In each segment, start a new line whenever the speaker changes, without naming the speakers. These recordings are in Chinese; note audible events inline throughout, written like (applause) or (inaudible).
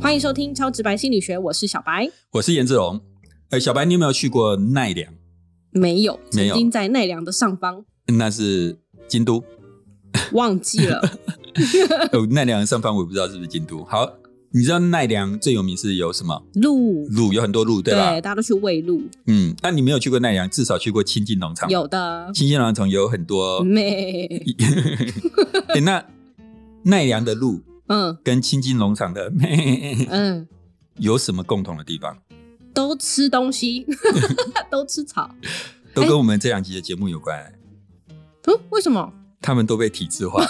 欢迎收听《超直白心理学》，我是小白。
我是颜志龙。哎，小白，你有没有去过奈良？
没有，
没
曾
有
经在奈良的上方
嗯那是京都。
忘记了，
(laughs) 哦，奈良上方我不知道是不是京都。好，你知道奈良最有名是有什么
鹿
鹿？有很多鹿，对吧？
大家都去喂鹿，
嗯，那你没有去过奈良，至少去过清境农场。，
有嗯的
清境农场有很多。
没，
哎，那奈良的鹿
嗯
跟清境农场的 (laughs)
嗯，
有什么共同的地方？
都吃东
(laughs)
西，都吃草，
都跟我们这两集的节目有关。
嗯，为什么？
他们都被体制化，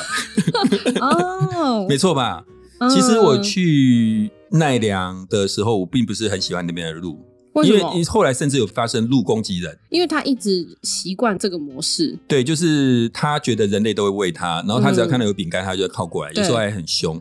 哦，
(laughs)
嗯
没错吧？其实我去奈良的时候，我并不是很喜欢那边的鹿，
嗯，为
因
什
为
么？
因为后来甚至有发生鹿攻击人。
因为他一直习惯这个模式，
对，就是他觉得人类都会喂它，然后他只要
嗯
看到有饼干，他就会靠过来，
对
有时候还很凶，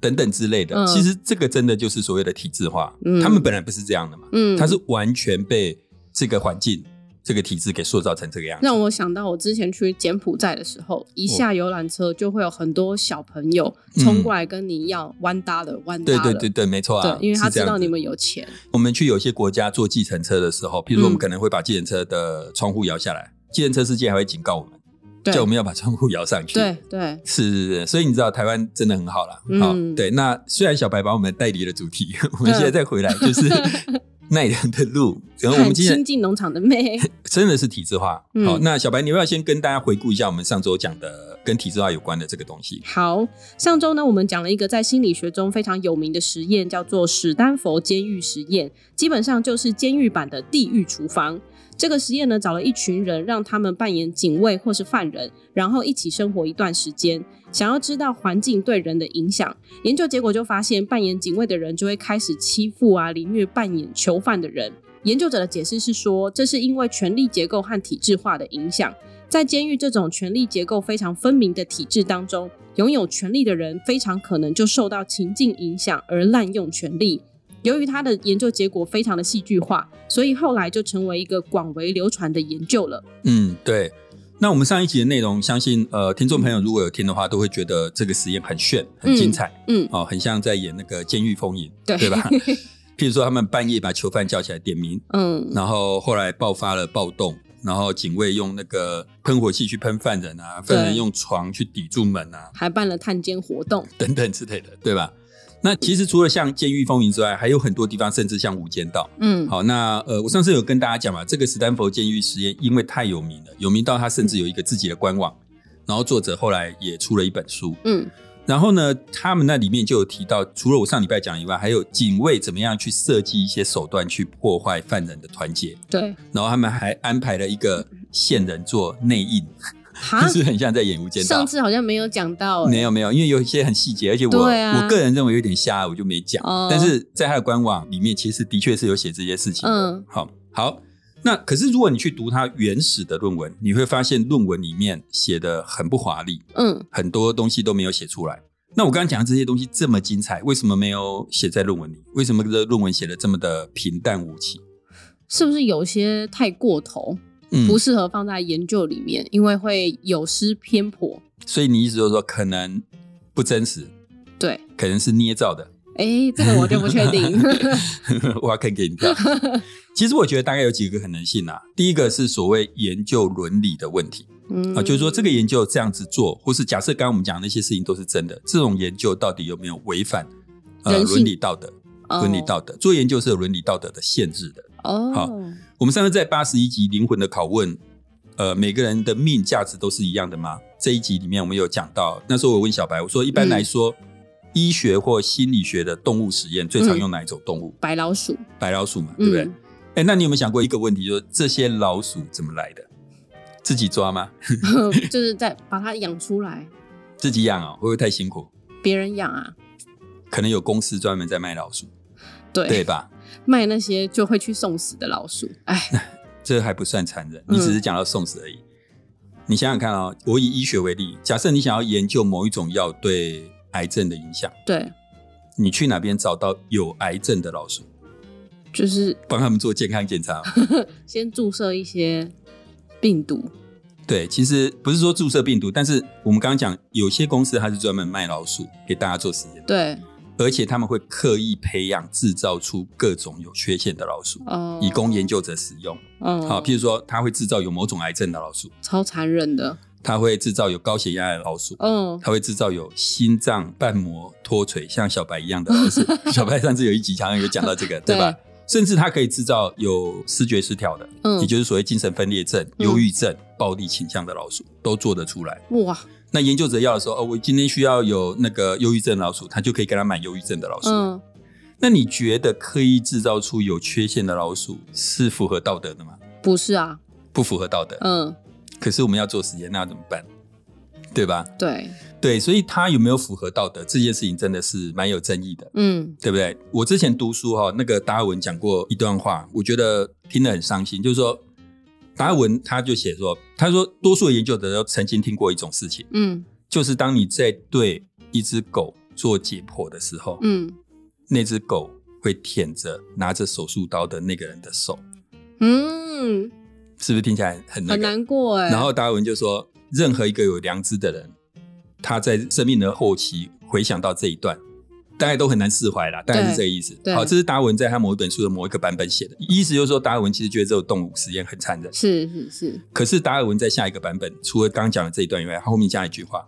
等等之类的。
嗯
其实这个真的就是所谓的体制化，
嗯
他们本来不是这样的嘛，
嗯，
他是完全被这个环境、这个体制给塑造成这个样子。
让我想到我之前去柬埔寨的时候，一下游览车就会有很多小朋友冲过来跟你要弯搭的弯搭
对
的，
嗯对对对，没错啊，
对因为他
是这
知
样
道
子
你们有钱，
我们去有些国家坐计程车的时候，譬如说我们
嗯
可能会把计程车的窗户摇下来，计程车司机还会警告我们，
对
叫我们要把窗户摇上去。
对对，
是，是是，所以你知道台湾真的很好啦。
嗯
好，对，那虽然小白把我们带离了主题，我们现在再回来就是
(laughs)
奈良的路，然后我
很
们今
亲
天
近农场的妹，
真的是体制化。
嗯
好，那小白，你要不要先跟大家回顾一下我们上周讲的跟体制化有关的这个东西？
好，上周呢，我们讲了一个在心理学中非常有名的实验，叫做史丹佛监狱实验，基本上就是监狱版的地狱厨房。这个实验呢，找了一群人，让他们扮演警卫或是犯人，然后一起生活一段时间，想要知道环境对人的影响。研究结果就发现，扮演警卫的人就会开始欺负啊、凌虐扮演囚犯的人。研究者的解释是说，这是因为权力结构和体制化的影响。在监狱这种权力结构非常分明的体制当中，拥有权力的人非常可能就受到情境影响而滥用权力。由于他的研究结果非常的戏剧化，所以后来就成为一个广为流传的研究了。
嗯，对。那我们上一集的内容，相信呃听众朋友如果有听的话，都会觉得这个实验很炫、很精彩、
嗯，
哦，很像在演那个《监狱风云》，
对
对吧？
(laughs)
譬如说，他们半夜把囚犯叫起来点名，
嗯，
然后后来爆发了暴动，然后警卫用那个喷火器去喷犯人啊，
对
犯人用床去抵住门啊，
还办了探监活动。
等等之类的，对吧？那其实除了像《监狱风云》之外，还有很多地方，甚至像《无间道》。
嗯，
好，那呃，我上次有跟大家讲嘛，这个史丹佛监狱实验因为太有名了，有名到它甚至有一个自己的官网，然后作者后来也出了一本书。
嗯
然后呢，他们那里面就有提到，除了我上礼拜讲以外，还有警卫怎么样去设计一些手段去破坏犯人的团结。
对，
然后他们还安排了一个线人做内应，
哈
(laughs) 就，是很像在演《无间道
啊上》。次好像没有讲到、欸，
没有没有，因为有一些很细节，而且我、
对啊
我个人认为有点瞎，我就没讲。
哦
但是在他的官网里面，其实的确是有写这些事情。
嗯
好好，那可是如果你去读他原始的论文，你会发现论文里面写的很不华丽，
嗯，
很多东西都没有写出来。那我刚刚讲的这些东西这么精彩，为什么没有写在论文里？为什么这论文写的这么的平淡无奇？
是不是有些太过头，
嗯
不适合放在研究里面，因为会有失偏颇。
所以你意思就是说，可能不真实，
对，
可能是捏造的， (laughs)
哎，这个我就不确定。
挖坑给
(laughs)
你跳。其实我觉得大概有几个可能性啊。第一个是所谓研究伦理的问题
嗯
啊，就是说这个研究这样子做，或是假设刚刚我们讲的那些事情都是真的，这种研究到底有没有违反呃
人性
伦理道德？
哦
伦理道德做研究是有伦理道德的限制的。
哦，
好我们上次在八十一集《灵魂的拷问》，呃，每个人的命价值都是一样的吗？这一集里面我们有讲到，那时候我问小白，我说一般来说，
嗯
医学或心理学的动物实验最常用哪一种动物？
白老鼠，
白老鼠嘛，对
嗯，
不对？哎、那你有没有想过一个问题，就是这些老鼠怎么来的？自己抓吗？
(laughs) 就是在把它养出来，
自己养哦，会不会太辛苦？
别人养啊，
可能有公司专门在卖老鼠，
对，
对吧？
卖那些就会去送死的老鼠，哎，
这还不算残忍，
嗯
你只是讲到送死而已。你想想看哦，我以医学为例，假设你想要研究某一种药对癌症的影响，
对，
你去哪边找到有癌症的老鼠，
就是
帮他们做健康
(laughs)
检查？
先注射一些病毒，
对，其实不是说注射病毒，但是我们刚刚讲，有些公司它是专门卖老鼠给大家做实验的。
对，
而且他们会刻意培养制造出各种有缺陷的老鼠，
哦，
以供研究者使用。
哦，
好，譬如说，它会制造有某种癌症的老鼠，
超残忍的，
它会制造有高血压的老鼠，
嗯，
它会制造有心脏瓣膜脱垂像小白一样的老鼠。 (laughs) 小白上次有一集好像有讲到这个，对吧
对？
甚至它可以制造有视觉失调的，
嗯
也就是所谓精神分裂症、
嗯
忧郁症、暴力倾向的老鼠，都做得出来。
哇，
那研究者要的时候，哦，我今天需要有那个忧郁症老鼠，他就可以给他买忧郁症的老鼠。
嗯，
那你觉得刻意制造出有缺陷的老鼠是符合道德的吗？
不是啊，
不符合道德。
嗯，
可是我们要做实验，那要怎么办？对吧？
对，
对，所以他有没有符合道德这件事情，真的是蛮有争议的，
嗯
对不对？我之前读书哈、那个达尔文讲过一段话，我觉得听得很伤心，就是说达尔文他就写说，他说多数的研究者都曾经听过一种事情。
嗯
就是当你在对一只狗做解剖的时候，
嗯
那只狗会舔着拿着手术刀的那个人的手，
嗯，
是不是听起来很那
很
个？
难过哎，
然后达尔文就说，任何一个有良知的人，他在生命的后期回想到这一段。大家都很难释怀啦，大概是这个意思
对。
好，这是达尔文在他某一本书的某一个版本写的，意思就是说，达尔文其实觉得这种动物实验很残忍。
是是是，
可是达尔文在下一个版本，除了刚刚讲的这一段以外，他后面加一句话：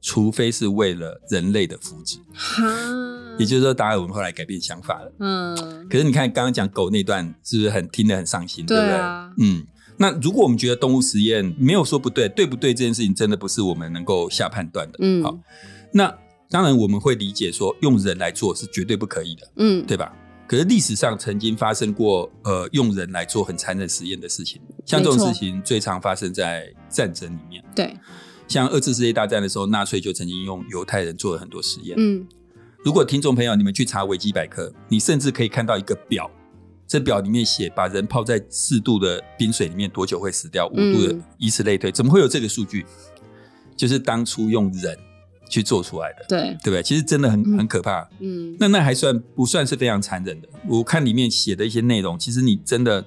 除非是为了人类的福祉。
哈，
也就是说，达尔文后来改变想法了。
嗯
可是你看刚刚讲狗那段，是不是很听得很伤心？
对
不对
啊？
嗯，那如果我们觉得动物实验没有说不对，对不对这件事情真的不是我们能够下判断的。
嗯
好，那当然我们会理解说用人来做是绝对不可以的，
嗯，
对吧？可是历史上曾经发生过呃用人来做很残忍实验的事情，像这种
没错
事情最常发生在战争里面，
对，
像二次世界大战的时候，纳粹就曾经用犹太人做了很多实验。
嗯
如果听众朋友你们去查维基百科，你甚至可以看到一个表，这表里面写把人泡在四度的冰水里面多久会死掉，五度的
嗯，
以此类推，怎么会有这个数据？就是当初用人去做出来的，
对，
对不对？其实真的很
嗯
很可怕。
嗯
那那还算不算是非常残忍的？我看里面写的一些内容，其实你真的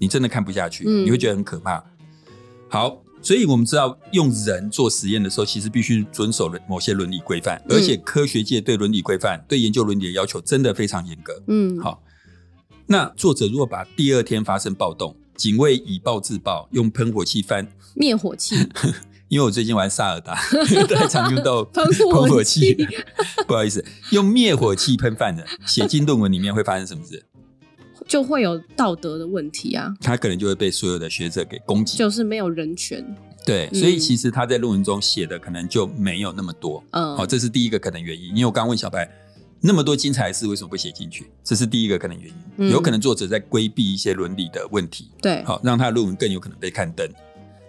你真的看不下去，
嗯
你会觉得很可怕。好，所以我们知道用人做实验的时候，其实必须遵守某些伦理规范，
嗯
而且科学界对伦理规范、对研究伦理的要求真的非常严格。
嗯，
好，那作者如果把第二天发生暴动，警卫以暴制暴，用喷火器翻
灭火器，
因为我最近玩萨尔达， (laughs) 太常用到
喷火器，
(laughs) 不好意思，用灭火器喷犯人，写进论文里面会发生什么事？
就会有道德的问题啊，
他可能就会被所有的学者给攻击。
就是没有人权，
对，
嗯
所以其实他在论文中写的可能就没有那么多。哦
嗯，
好、这是第一个可能原因。因为我刚问小白，那么多精彩的事为什么不写进去？这是第一个可能原因，
嗯
有可能作者在规避一些伦理的问题。
对，
好，让他的论文更有可能被刊登。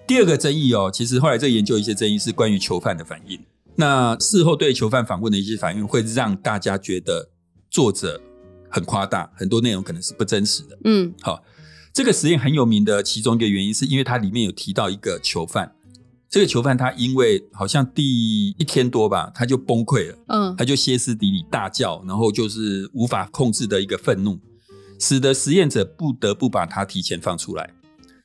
第二个争议哦，其实后来这个研究一些争议是关于囚犯的反应。那事后对囚犯访问的一些反应，会让大家觉得作者很夸大，很多内容可能是不真实的。
嗯
这个实验很有名的其中一个原因，是因为它里面有提到一个囚犯，这个囚犯他因为好像第一天多吧，他就崩溃了。
嗯
他就歇斯底里大叫，然后就是无法控制的一个愤怒，使得实验者不得不把他提前放出来。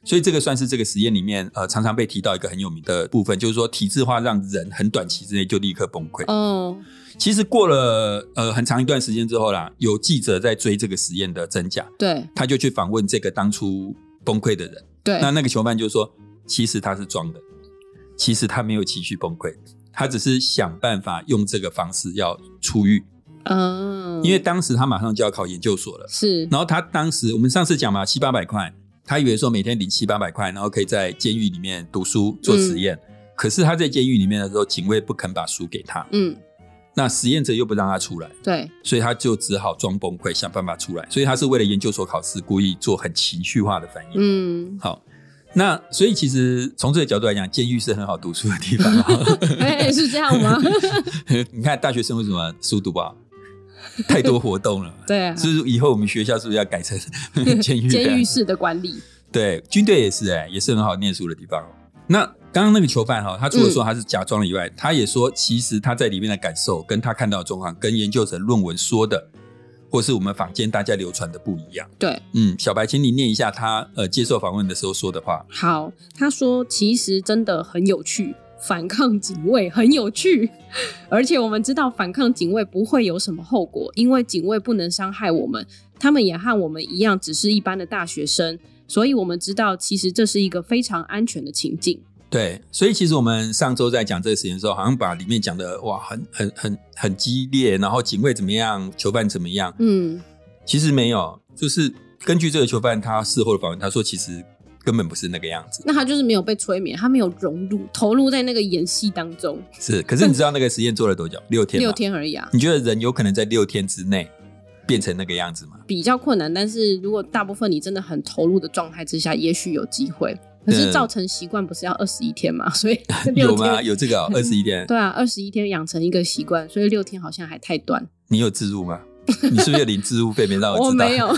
所以这个算是这个实验里面呃常常被提到一个很有名的部分，就是说体制化让人很短期之内就立刻崩溃。
哦，
其实过了呃很长一段时间之后啦，有记者在追这个实验的真假，
对
他就去访问这个当初崩溃的人。
对，
那那个囚犯就说，其实他是装的，其实他没有情绪崩溃，他只是想办法用这个方式要出狱，
嗯，
因为当时他马上就要考研究所了。
是
然后他当时我们上次讲嘛，七八百块，他以为说每天领七八百块，然后可以在监狱里面读书做实验。可是他在监狱里面的时候，警卫不肯把书给他，
嗯
那实验者又不让他出来，
对，
所以他就只好装崩溃，想办法出来。所以他是为了研究所考试，故意做很情绪化的反应。
嗯，
好，那所以其实从这个角度来讲，监狱是很好读书的地
(laughs)
方 (laughs) 啊。
(laughs) 哎，是这样
(laughs)
吗？
你看大学生为什么书读不好？太多活动了。
对啊，
是不是以后我们学校是不是要改成监狱啊？
监狱式的管理，
对，军队也是哎、也是很好念书的地方哦。那刚刚那个囚犯哈、他除了说他是假装的以
嗯
外，他也说其实他在里面的感受跟他看到的状况，跟研究者论文说的，或是我们坊间大家流传的不一样。
对。
嗯，小白，请你念一下他呃接受访问的时候说的话。
好，他说其实真的很有趣，反抗警卫，很有趣。而且我们知道反抗警卫不会有什么后果，因为警卫不能伤害我们，他们也和我们一样，只是一般的大学生。所以我们知道，其实这是一个非常安全的情境。
对，所以其实我们上周在讲这个实验的时候，好像把里面讲的哇，很很很很激烈，然后警卫怎么样，囚犯怎么样，
嗯，
其实没有，就是根据这个囚犯他事后的访问，他说其实根本不是那个样子。
那他就是没有被催眠，他没有融入、投入在那个演戏当中，
是，可是你知道那个实验做了多久？六天。
六。天而已啊，
你觉得人有可能在六天之内变成那个样子吗？
比较困难。但是如果大部分你真的很投入的状态之下，也许有机会。可是
嗯
造成习惯不是要二十一天嘛？ (laughs) 所以六
(laughs) 有
天
吗？有这
(laughs)
个二十一天，
对啊，二十一天养成一个习惯，所以六天好像还太短。
你有自入吗？你是不是有领自入费没哦让我知道？
(laughs) 我哦没
(laughs)
有，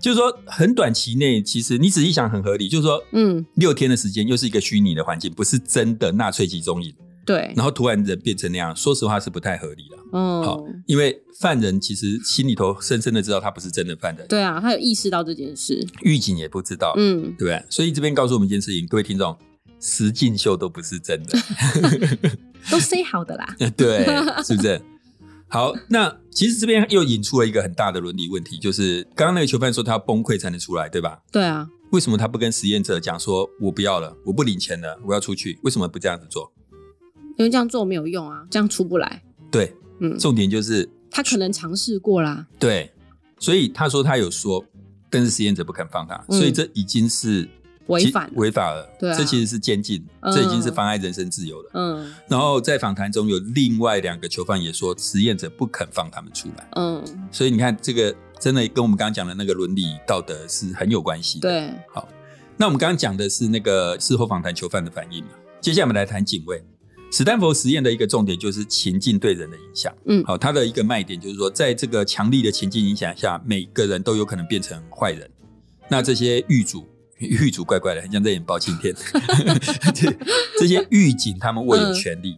就是说很短期内，其实你仔细想很合理，就是说
嗯，
六天的时间又是一个虚拟的环境，不是真的纳粹集中营，
对，
然后突然人变成那样，说实话是不太合理的。好
嗯，
因为犯人其实心里头深深的知道他不是真的犯人，
对啊，他有意识到这件事，
狱警也不知道，
嗯，
对不对？所以这边告诉我们一件事情，各位听众，石进秀都不是真
(laughs)
的。
都 say 好的啦，
(laughs) 对，是不是？好，那其实这边又引出了一个很大的伦理问题，就是刚刚那个囚犯说他要崩溃才能出来，对吧？
对啊，
为什么他不跟实验者讲说我不要了，我不领钱了，我要出去？为什么不这样子做？
因为这样做没有用啊，这样出不来，
对，
嗯，
重点就是
他可能尝试过啦，
对，所以他说他有说，但是实验者不肯放他，
嗯
所以这已经是
违反了，
违法了。
对啊
这其实是监禁，
嗯
这已经是妨碍人身自由了。
嗯
然后在访谈中有另外两个囚犯也说，实验者不肯放他们出来。
嗯，
所以你看，这个真的跟我们刚刚讲的那个伦理道德是很有关系的。，
对，
那我们刚刚讲的是那个事后访谈囚犯的反应嘛，接下来我们来谈警卫。史丹佛实验的一个重点就是情境对人的影响。
嗯
好，它的一个卖点就是说，在这个强力的情境影响下，每个人都有可能变成坏人。那这些狱主， (laughs) 狱主怪怪的，很像在演
(laughs)
包青天。这这些狱警他们握有
嗯
权力，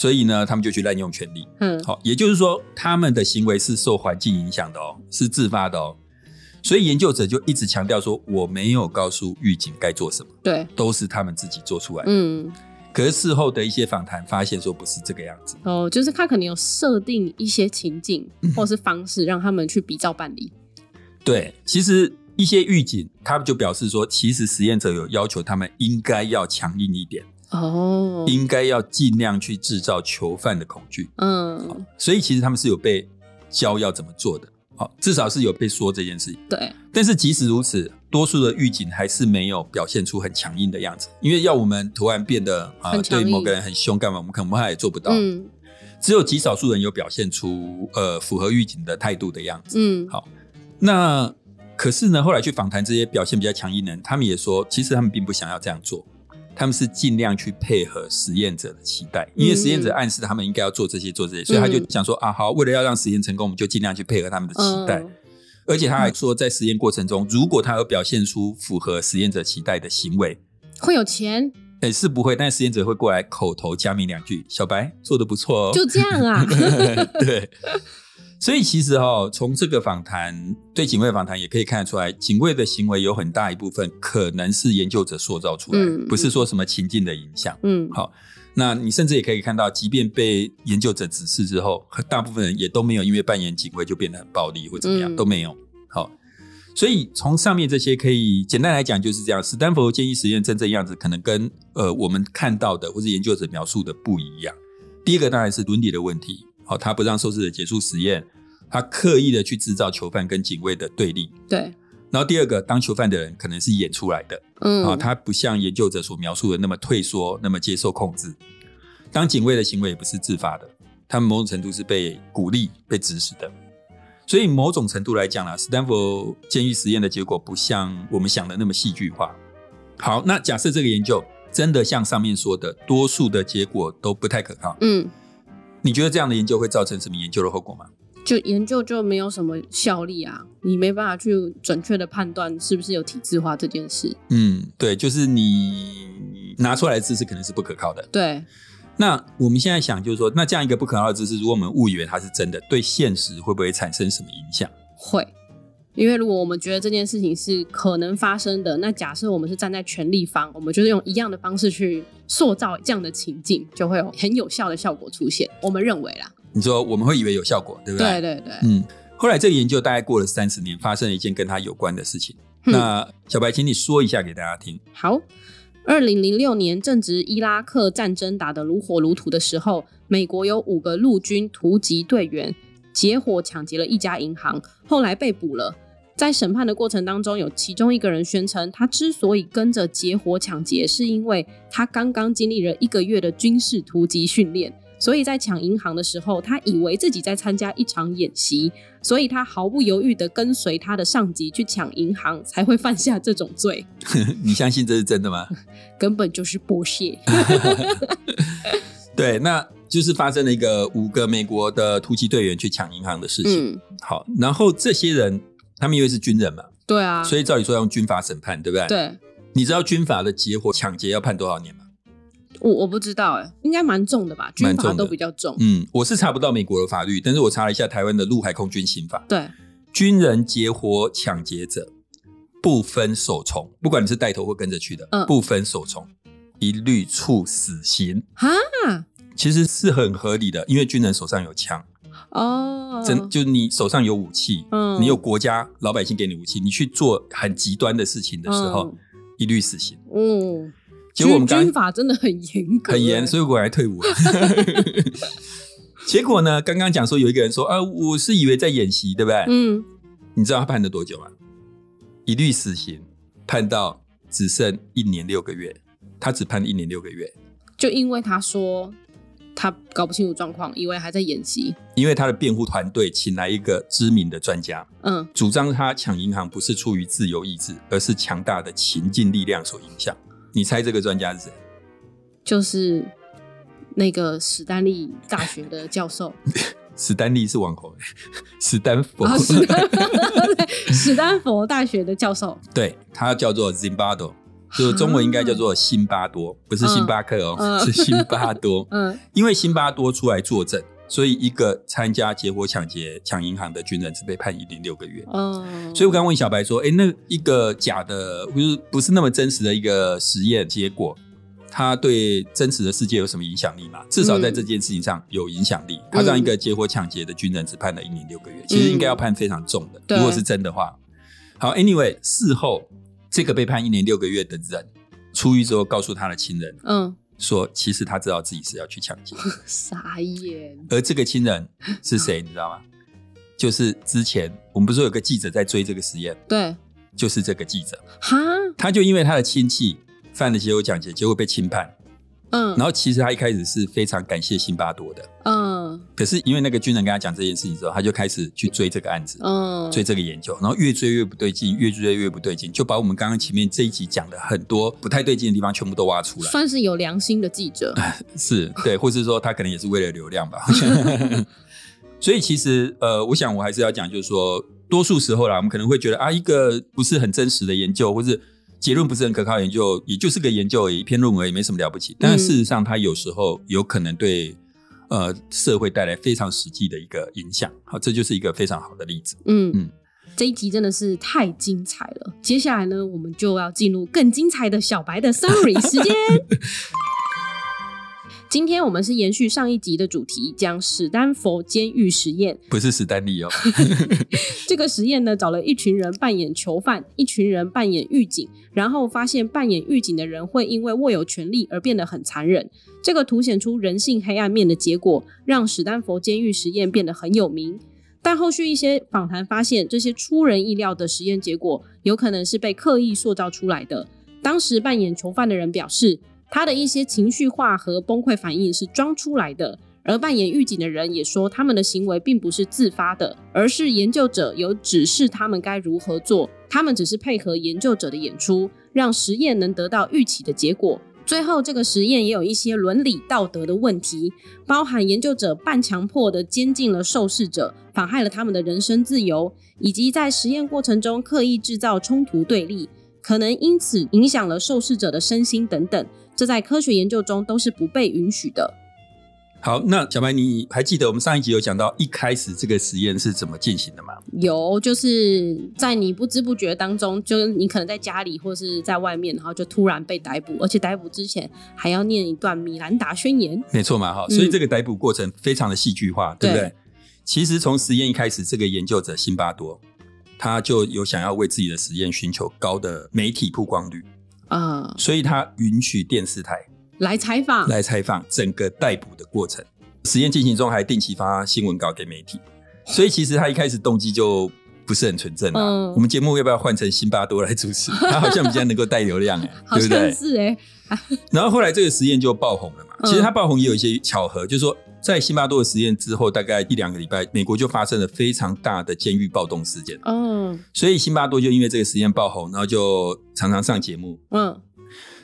所以呢，他们就去滥用权力。
嗯
好，也就是说，他们的行为是受环境影响的哦，是自发的哦。所以研究者就一直强调说，我没有告诉狱警该做什么，
对，
都是他们自己做出来的。
嗯，
可是事后的一些访谈发现说，不是这个样子。
哦，就是他可能有设定一些情境
嗯
或是方式，让他们去比照办理，
对，其实一些狱警他们就表示说，其实实验者有要求他们应该要强硬一点，
哦，
应该要尽量去制造囚犯的恐惧。
嗯，
所以其实他们是有被教要怎么做的，好，至少是有被说这件事情。
对，
但是即使如此，多数的狱警还是没有表现出很强硬的样子，因为要我们突然变得啊、
很强
对
硬
某个人很凶干嘛，我们可能也做不到。
嗯
只有极少数人有表现出呃符合狱警的态度的样子。
嗯，
那可是呢，后来去访谈这些表现比较强硬的人，他们也说，其实他们并不想要这样做，他们是尽量去配合实验者的期待，因为
嗯
实验者暗示他们应该要做这些做这些，所以他就想说啊，好，为了要让实验成功，我们就尽量去配合他们的期待。
嗯
而且他还说，在实验过程中，如果他有表现出符合实验者期待的行为，
会有钱，
诶，是不会，但实验者会过来口头加冕两句：“小白做的不错哦。”
就这样啊，
(laughs) 对。所以其实哦，从这个访谈对警卫访谈也可以看得出来，警卫的行为有很大一部分可能是研究者塑造出来的，
嗯
不是说什么情境的影响。
(laughs) 嗯
好那你甚至也可以看到，即便被研究者指示之后，大部分人也都没有因为扮演警卫就变得很暴力或怎么样，
嗯
都没有。好，所以从上面这些可以简单来讲就是这样。史丹佛建议实验真正样子可能跟呃我们看到的或是研究者描述的不一样。第一个当然是伦理的问题，好、他不让受试者结束实验，他刻意的去制造囚犯跟警卫的对立。
对，
然后第二个，当囚犯的人可能是演出来的，
嗯
啊，他不像研究者所描述的那么退缩，那么接受控制。当警卫的行为也不是自发的，他们某种程度是被鼓励、被指使的。所以某种程度来讲啦，斯坦福监狱实验的结果不像我们想的那么戏剧化。好，那假设这个研究真的像上面说的，多数的结果都不太可靠，
嗯，
你觉得这样的研究会造成什么研究的后果吗？
就研究就没有什么效力啊，你没办法去准确的判断是不是有体制化这件事。
嗯，对，就是你拿出来的知识可能是不可靠的。
对，
那我们现在想，就是说，那这样一个不可靠的知识，如果我们误以为它是真的，对现实会不会产生什么影响？
会，因为如果我们觉得这件事情是可能发生的，那假设我们是站在权力方，我们就是用一样的方式去塑造这样的情境，就会有很有效的效果出现。我们认为啦，
你说我们会以为有效果，对不
对对对，
嗯，后来这个研究大概过了三十年，发生了一件跟他有关的事情。
嗯
那小白，请你说一下给大家
(laughs)
听。
好，二零零六年正值伊拉克战争打得如火如荼的时候，美国有五个陆军突击队员结伙抢劫了一家银行，后来被捕了。在审判的过程当中，有其中一个人宣称，他之所以跟着结伙抢劫，是因为他刚刚经历了一个月的军事突击训练，所以在抢银行的时候，他以为自己在参加一场演习，所以他毫不犹豫地跟随他的上级去抢银行，才会 (laughs) 犯下这种罪。
你相信这是真的吗？
根本就是剥削。
嗯对，那就是发生了一个五个美国的突击队员去抢银行的事情。
嗯，
好，然后这些人他们因为是军人嘛，
对啊，
所以照理说要用军法审判，对不对？。
对
你知道军法的结伙抢劫要判多少年吗？
我我不知道哎、应该蛮重的吧？军
蛮重
阀
的
都比较重。
嗯，我是查不到美国的法律，但是我查了一下台湾的陆海空军刑法，
对，
军人结伙抢劫者不分首从，不管你是带头或跟着去的，
嗯
不分首从，一律处死刑。
哈
其实是很合理的，因为军人手上有枪，
哦，
真就你手上有武器，
嗯
你有国家老百姓给你武器，你去做很极端的事情的时候，
嗯
一律死刑。
嗯，嗯，
结果我们
军
刚
军法真的很严格欸，
很严，所以我来
(laughs)
退伍了。 (laughs) 结果呢，刚刚讲说有一个人说啊，我是以为在演习，对不对？
嗯，
你知道他判了多久吗？一律死刑，判到只剩一年六个月，他只判一年六个月，
就因为他说他搞不清楚状况，以为还在演习。
因为他的辩护团队请来一个知名的专家，
嗯，
主张他抢银行不是出于自由意志，而是强大的情境力量所影响。你猜这个专家是谁？
就是那个史丹利大学的教授，
(laughs) 史丹利是网红， (laughs) 史丹佛，
啊，史丹 (laughs) 对史丹佛大学的教授，
(laughs) 对他叫做 Zimbardo，就是中文应该叫做辛巴多，不是星巴克哦，
嗯
是辛巴多。
嗯
因为辛巴多出来作证，所以一个参加结伙抢劫抢银行的军人是被判一零六个月。
嗯，
所以我刚刚问小白说：“哎，那一个假的，就是不是那么真实的一个实验结果，它对真实的世界有什么影响力吗？至少在这件事情上有影响力。他让一个结伙抢劫的军人只判了一年六个月，其实应该要判非常重的，
对
如果是真的话。好，anyway，事后这个被判一年六个月的人出狱之后，告诉他的亲人
嗯，
说，其实他知道自己是要去抢劫，
傻眼，
而这个亲人是
嗯
谁，你知道吗？就是之前我们不是有个记者在追这个实验，
对，
就是这个记者。”
哈，
他就因为他的亲戚犯了结果抢劫，结果被轻判。
嗯
然，后其实他一开始是非常感谢辛巴多的，
嗯
可是因为那个军人跟他讲这件事情之后，他就开始去追这个案子，
嗯，
追这个研究，然后越追越不对劲，越追越不对劲，就把我们刚刚前面这一集讲的很多不太对劲的地方全部都挖出来。
算是有良心的记者，
是对，或是说他可能也是为了流量吧。 (laughs) 所以其实呃，我想我还是要讲，就是说，多数时候啦，我们可能会觉得啊，一个不是很真实的研究，或是结论不是很可靠的研究，也就是个研究而已，篇论文而已，没什么了不起。但是事实上，它有时候有可能对呃社会带来非常实际的一个影响。好，这就是一个非常好的例子。
嗯
嗯
嗯，这一集真的是太精彩了。接下来呢，我们就要进入更精彩的小白的 summary 时间。今天我们是延续上一集的主题，讲史丹佛监狱实验。
不是史丹利哦， (laughs)
这个实验呢，找了一群人扮演囚犯，一群人扮演狱警，然后发现扮演狱警的人会因为握有权力而变得很残忍。这个凸显出人性黑暗面的结果，让史丹佛监狱实验变得很有名。但后续一些访谈发现，这些出人意料的实验结果有可能是被刻意塑造出来的。当时扮演囚犯的人表示，他的一些情绪化和崩溃反应是装出来的，而扮演狱警的人也说，他们的行为并不是自发的，而是研究者有指示他们该如何做，他们只是配合研究者的演出，让实验能得到预期的结果。最后，这个实验也有一些伦理道德的问题，包含研究者半强迫的监禁了受试者，妨害了他们的人身自由，以及在实验过程中刻意制造冲突对立，可能因此影响了受试者的身心等等，这在科学研究中都是不被允许的。
好，那小白，你还记得我们上一集有讲到一开始这个实验是怎么进行的吗？
有，就是在你不知不觉当中，就是你可能在家里或是在外面，然后就突然被逮捕，而且逮捕之前还要念一段米兰达宣言。
没错嘛，哈，
嗯
所以这个逮捕过程非常的戏剧化，对不对？其实从实验一开始，这个研究者辛巴多，他就有想要为自己的实验寻求高的媒体曝光率，
啊、
所以他允许电视台
来采访，
来采访整个逮捕的过程。实验进行中还定期发新闻稿给媒体，所以其实他一开始动机就不是很纯正啊。
嗯
我们节目要不要换成辛巴多来主持？他好像比较能够带
(laughs)
流量、哎，
好
对不对
像？是哎、
然后后来这个实验就爆红了嘛。
嗯
其实它爆红也有一些巧合，就是说在辛巴多的实验之后，大概一两个礼拜，美国就发生了非常大的监狱暴动事件，
嗯
所以辛巴多就因为这个实验爆红，然后就常常上节目。
嗯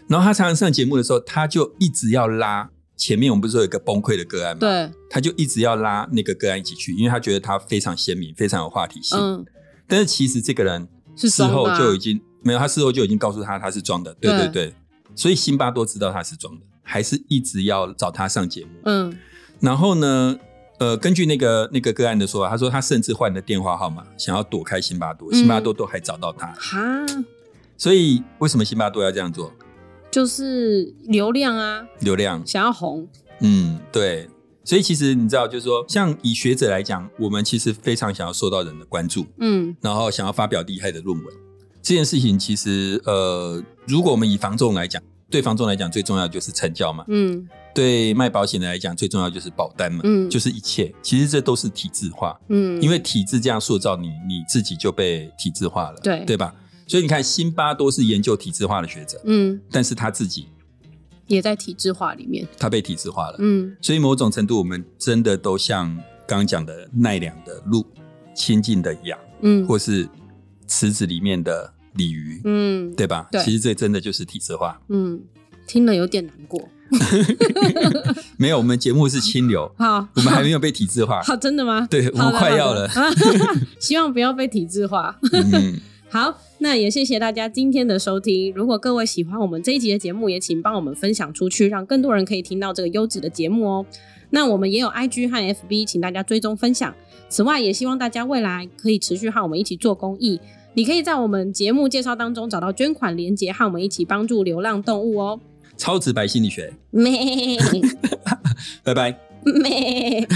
然后他常常上节目的时候，他就一直要拉前面我们不是有一个崩溃的个案嘛，
对，
他就一直要拉那个个案一起去，因为他觉得他非常鲜明，非常有话题性。
嗯
但是其实这个人
是
事
装的
后
啊
就已经没有，他事后就已经告诉他他是装的，对对对，所以辛巴多知道他是装的，还是一直要找他上节目。
嗯
然后呢，呃，根据那个那个个案的说法，他说他甚至换了电话号码，想要躲开辛巴多，
嗯
辛巴多都还找到他，
哈，
所以为什么辛巴多要这样做？
就是流量啊，
流量，
想要红，
嗯，对。所以其实你知道，就是说，像以学者来讲，我们其实非常想要受到人的关注，
嗯
然后想要发表厉害的论文。这件事情其实，呃，如果我们以房仲来讲，对房仲来讲最重要的就是成交嘛，
嗯
对卖保险的来讲最重要就是保单嘛，
嗯
就是一切。其实这都是体制化，
嗯，
因
为
为体制这样塑造你，你自己就被体制化了，
对
对吧？所以你看，辛巴多是研究体制化的学者，
嗯
但是他自己
也在体制化里面，
他被体制化了，
嗯
所以某种程度，我们真的都像刚刚讲的奈良的鹿、亲近的羊，
嗯
或是池子里面的鲤鱼，
嗯
对吧？
对
其实这真的就是体制化。
嗯，听了有点难过。，
没有，我们节目是清流
(laughs) 好，
我们还没有被体制化。
好，真的吗？
啊对
好
我
的
快要，
好的啊 (laughs) 希望不要被体制化。 (laughs)
嗯，
好，那也谢谢大家今天的收听。如果各位喜欢我们这一集的节目，也请帮我们分享出去，让更多人可以听到这个优质的节目哦。那我们也有 IG 和 FB，请大家追踪分享。此外，也希望大家未来可以持续和我们一起做公益。你可以在我们节目介绍当中找到捐款连结，和我们一起帮助流浪动物哦。
超直白心理学，
(laughs) 咩
拜拜。
咩。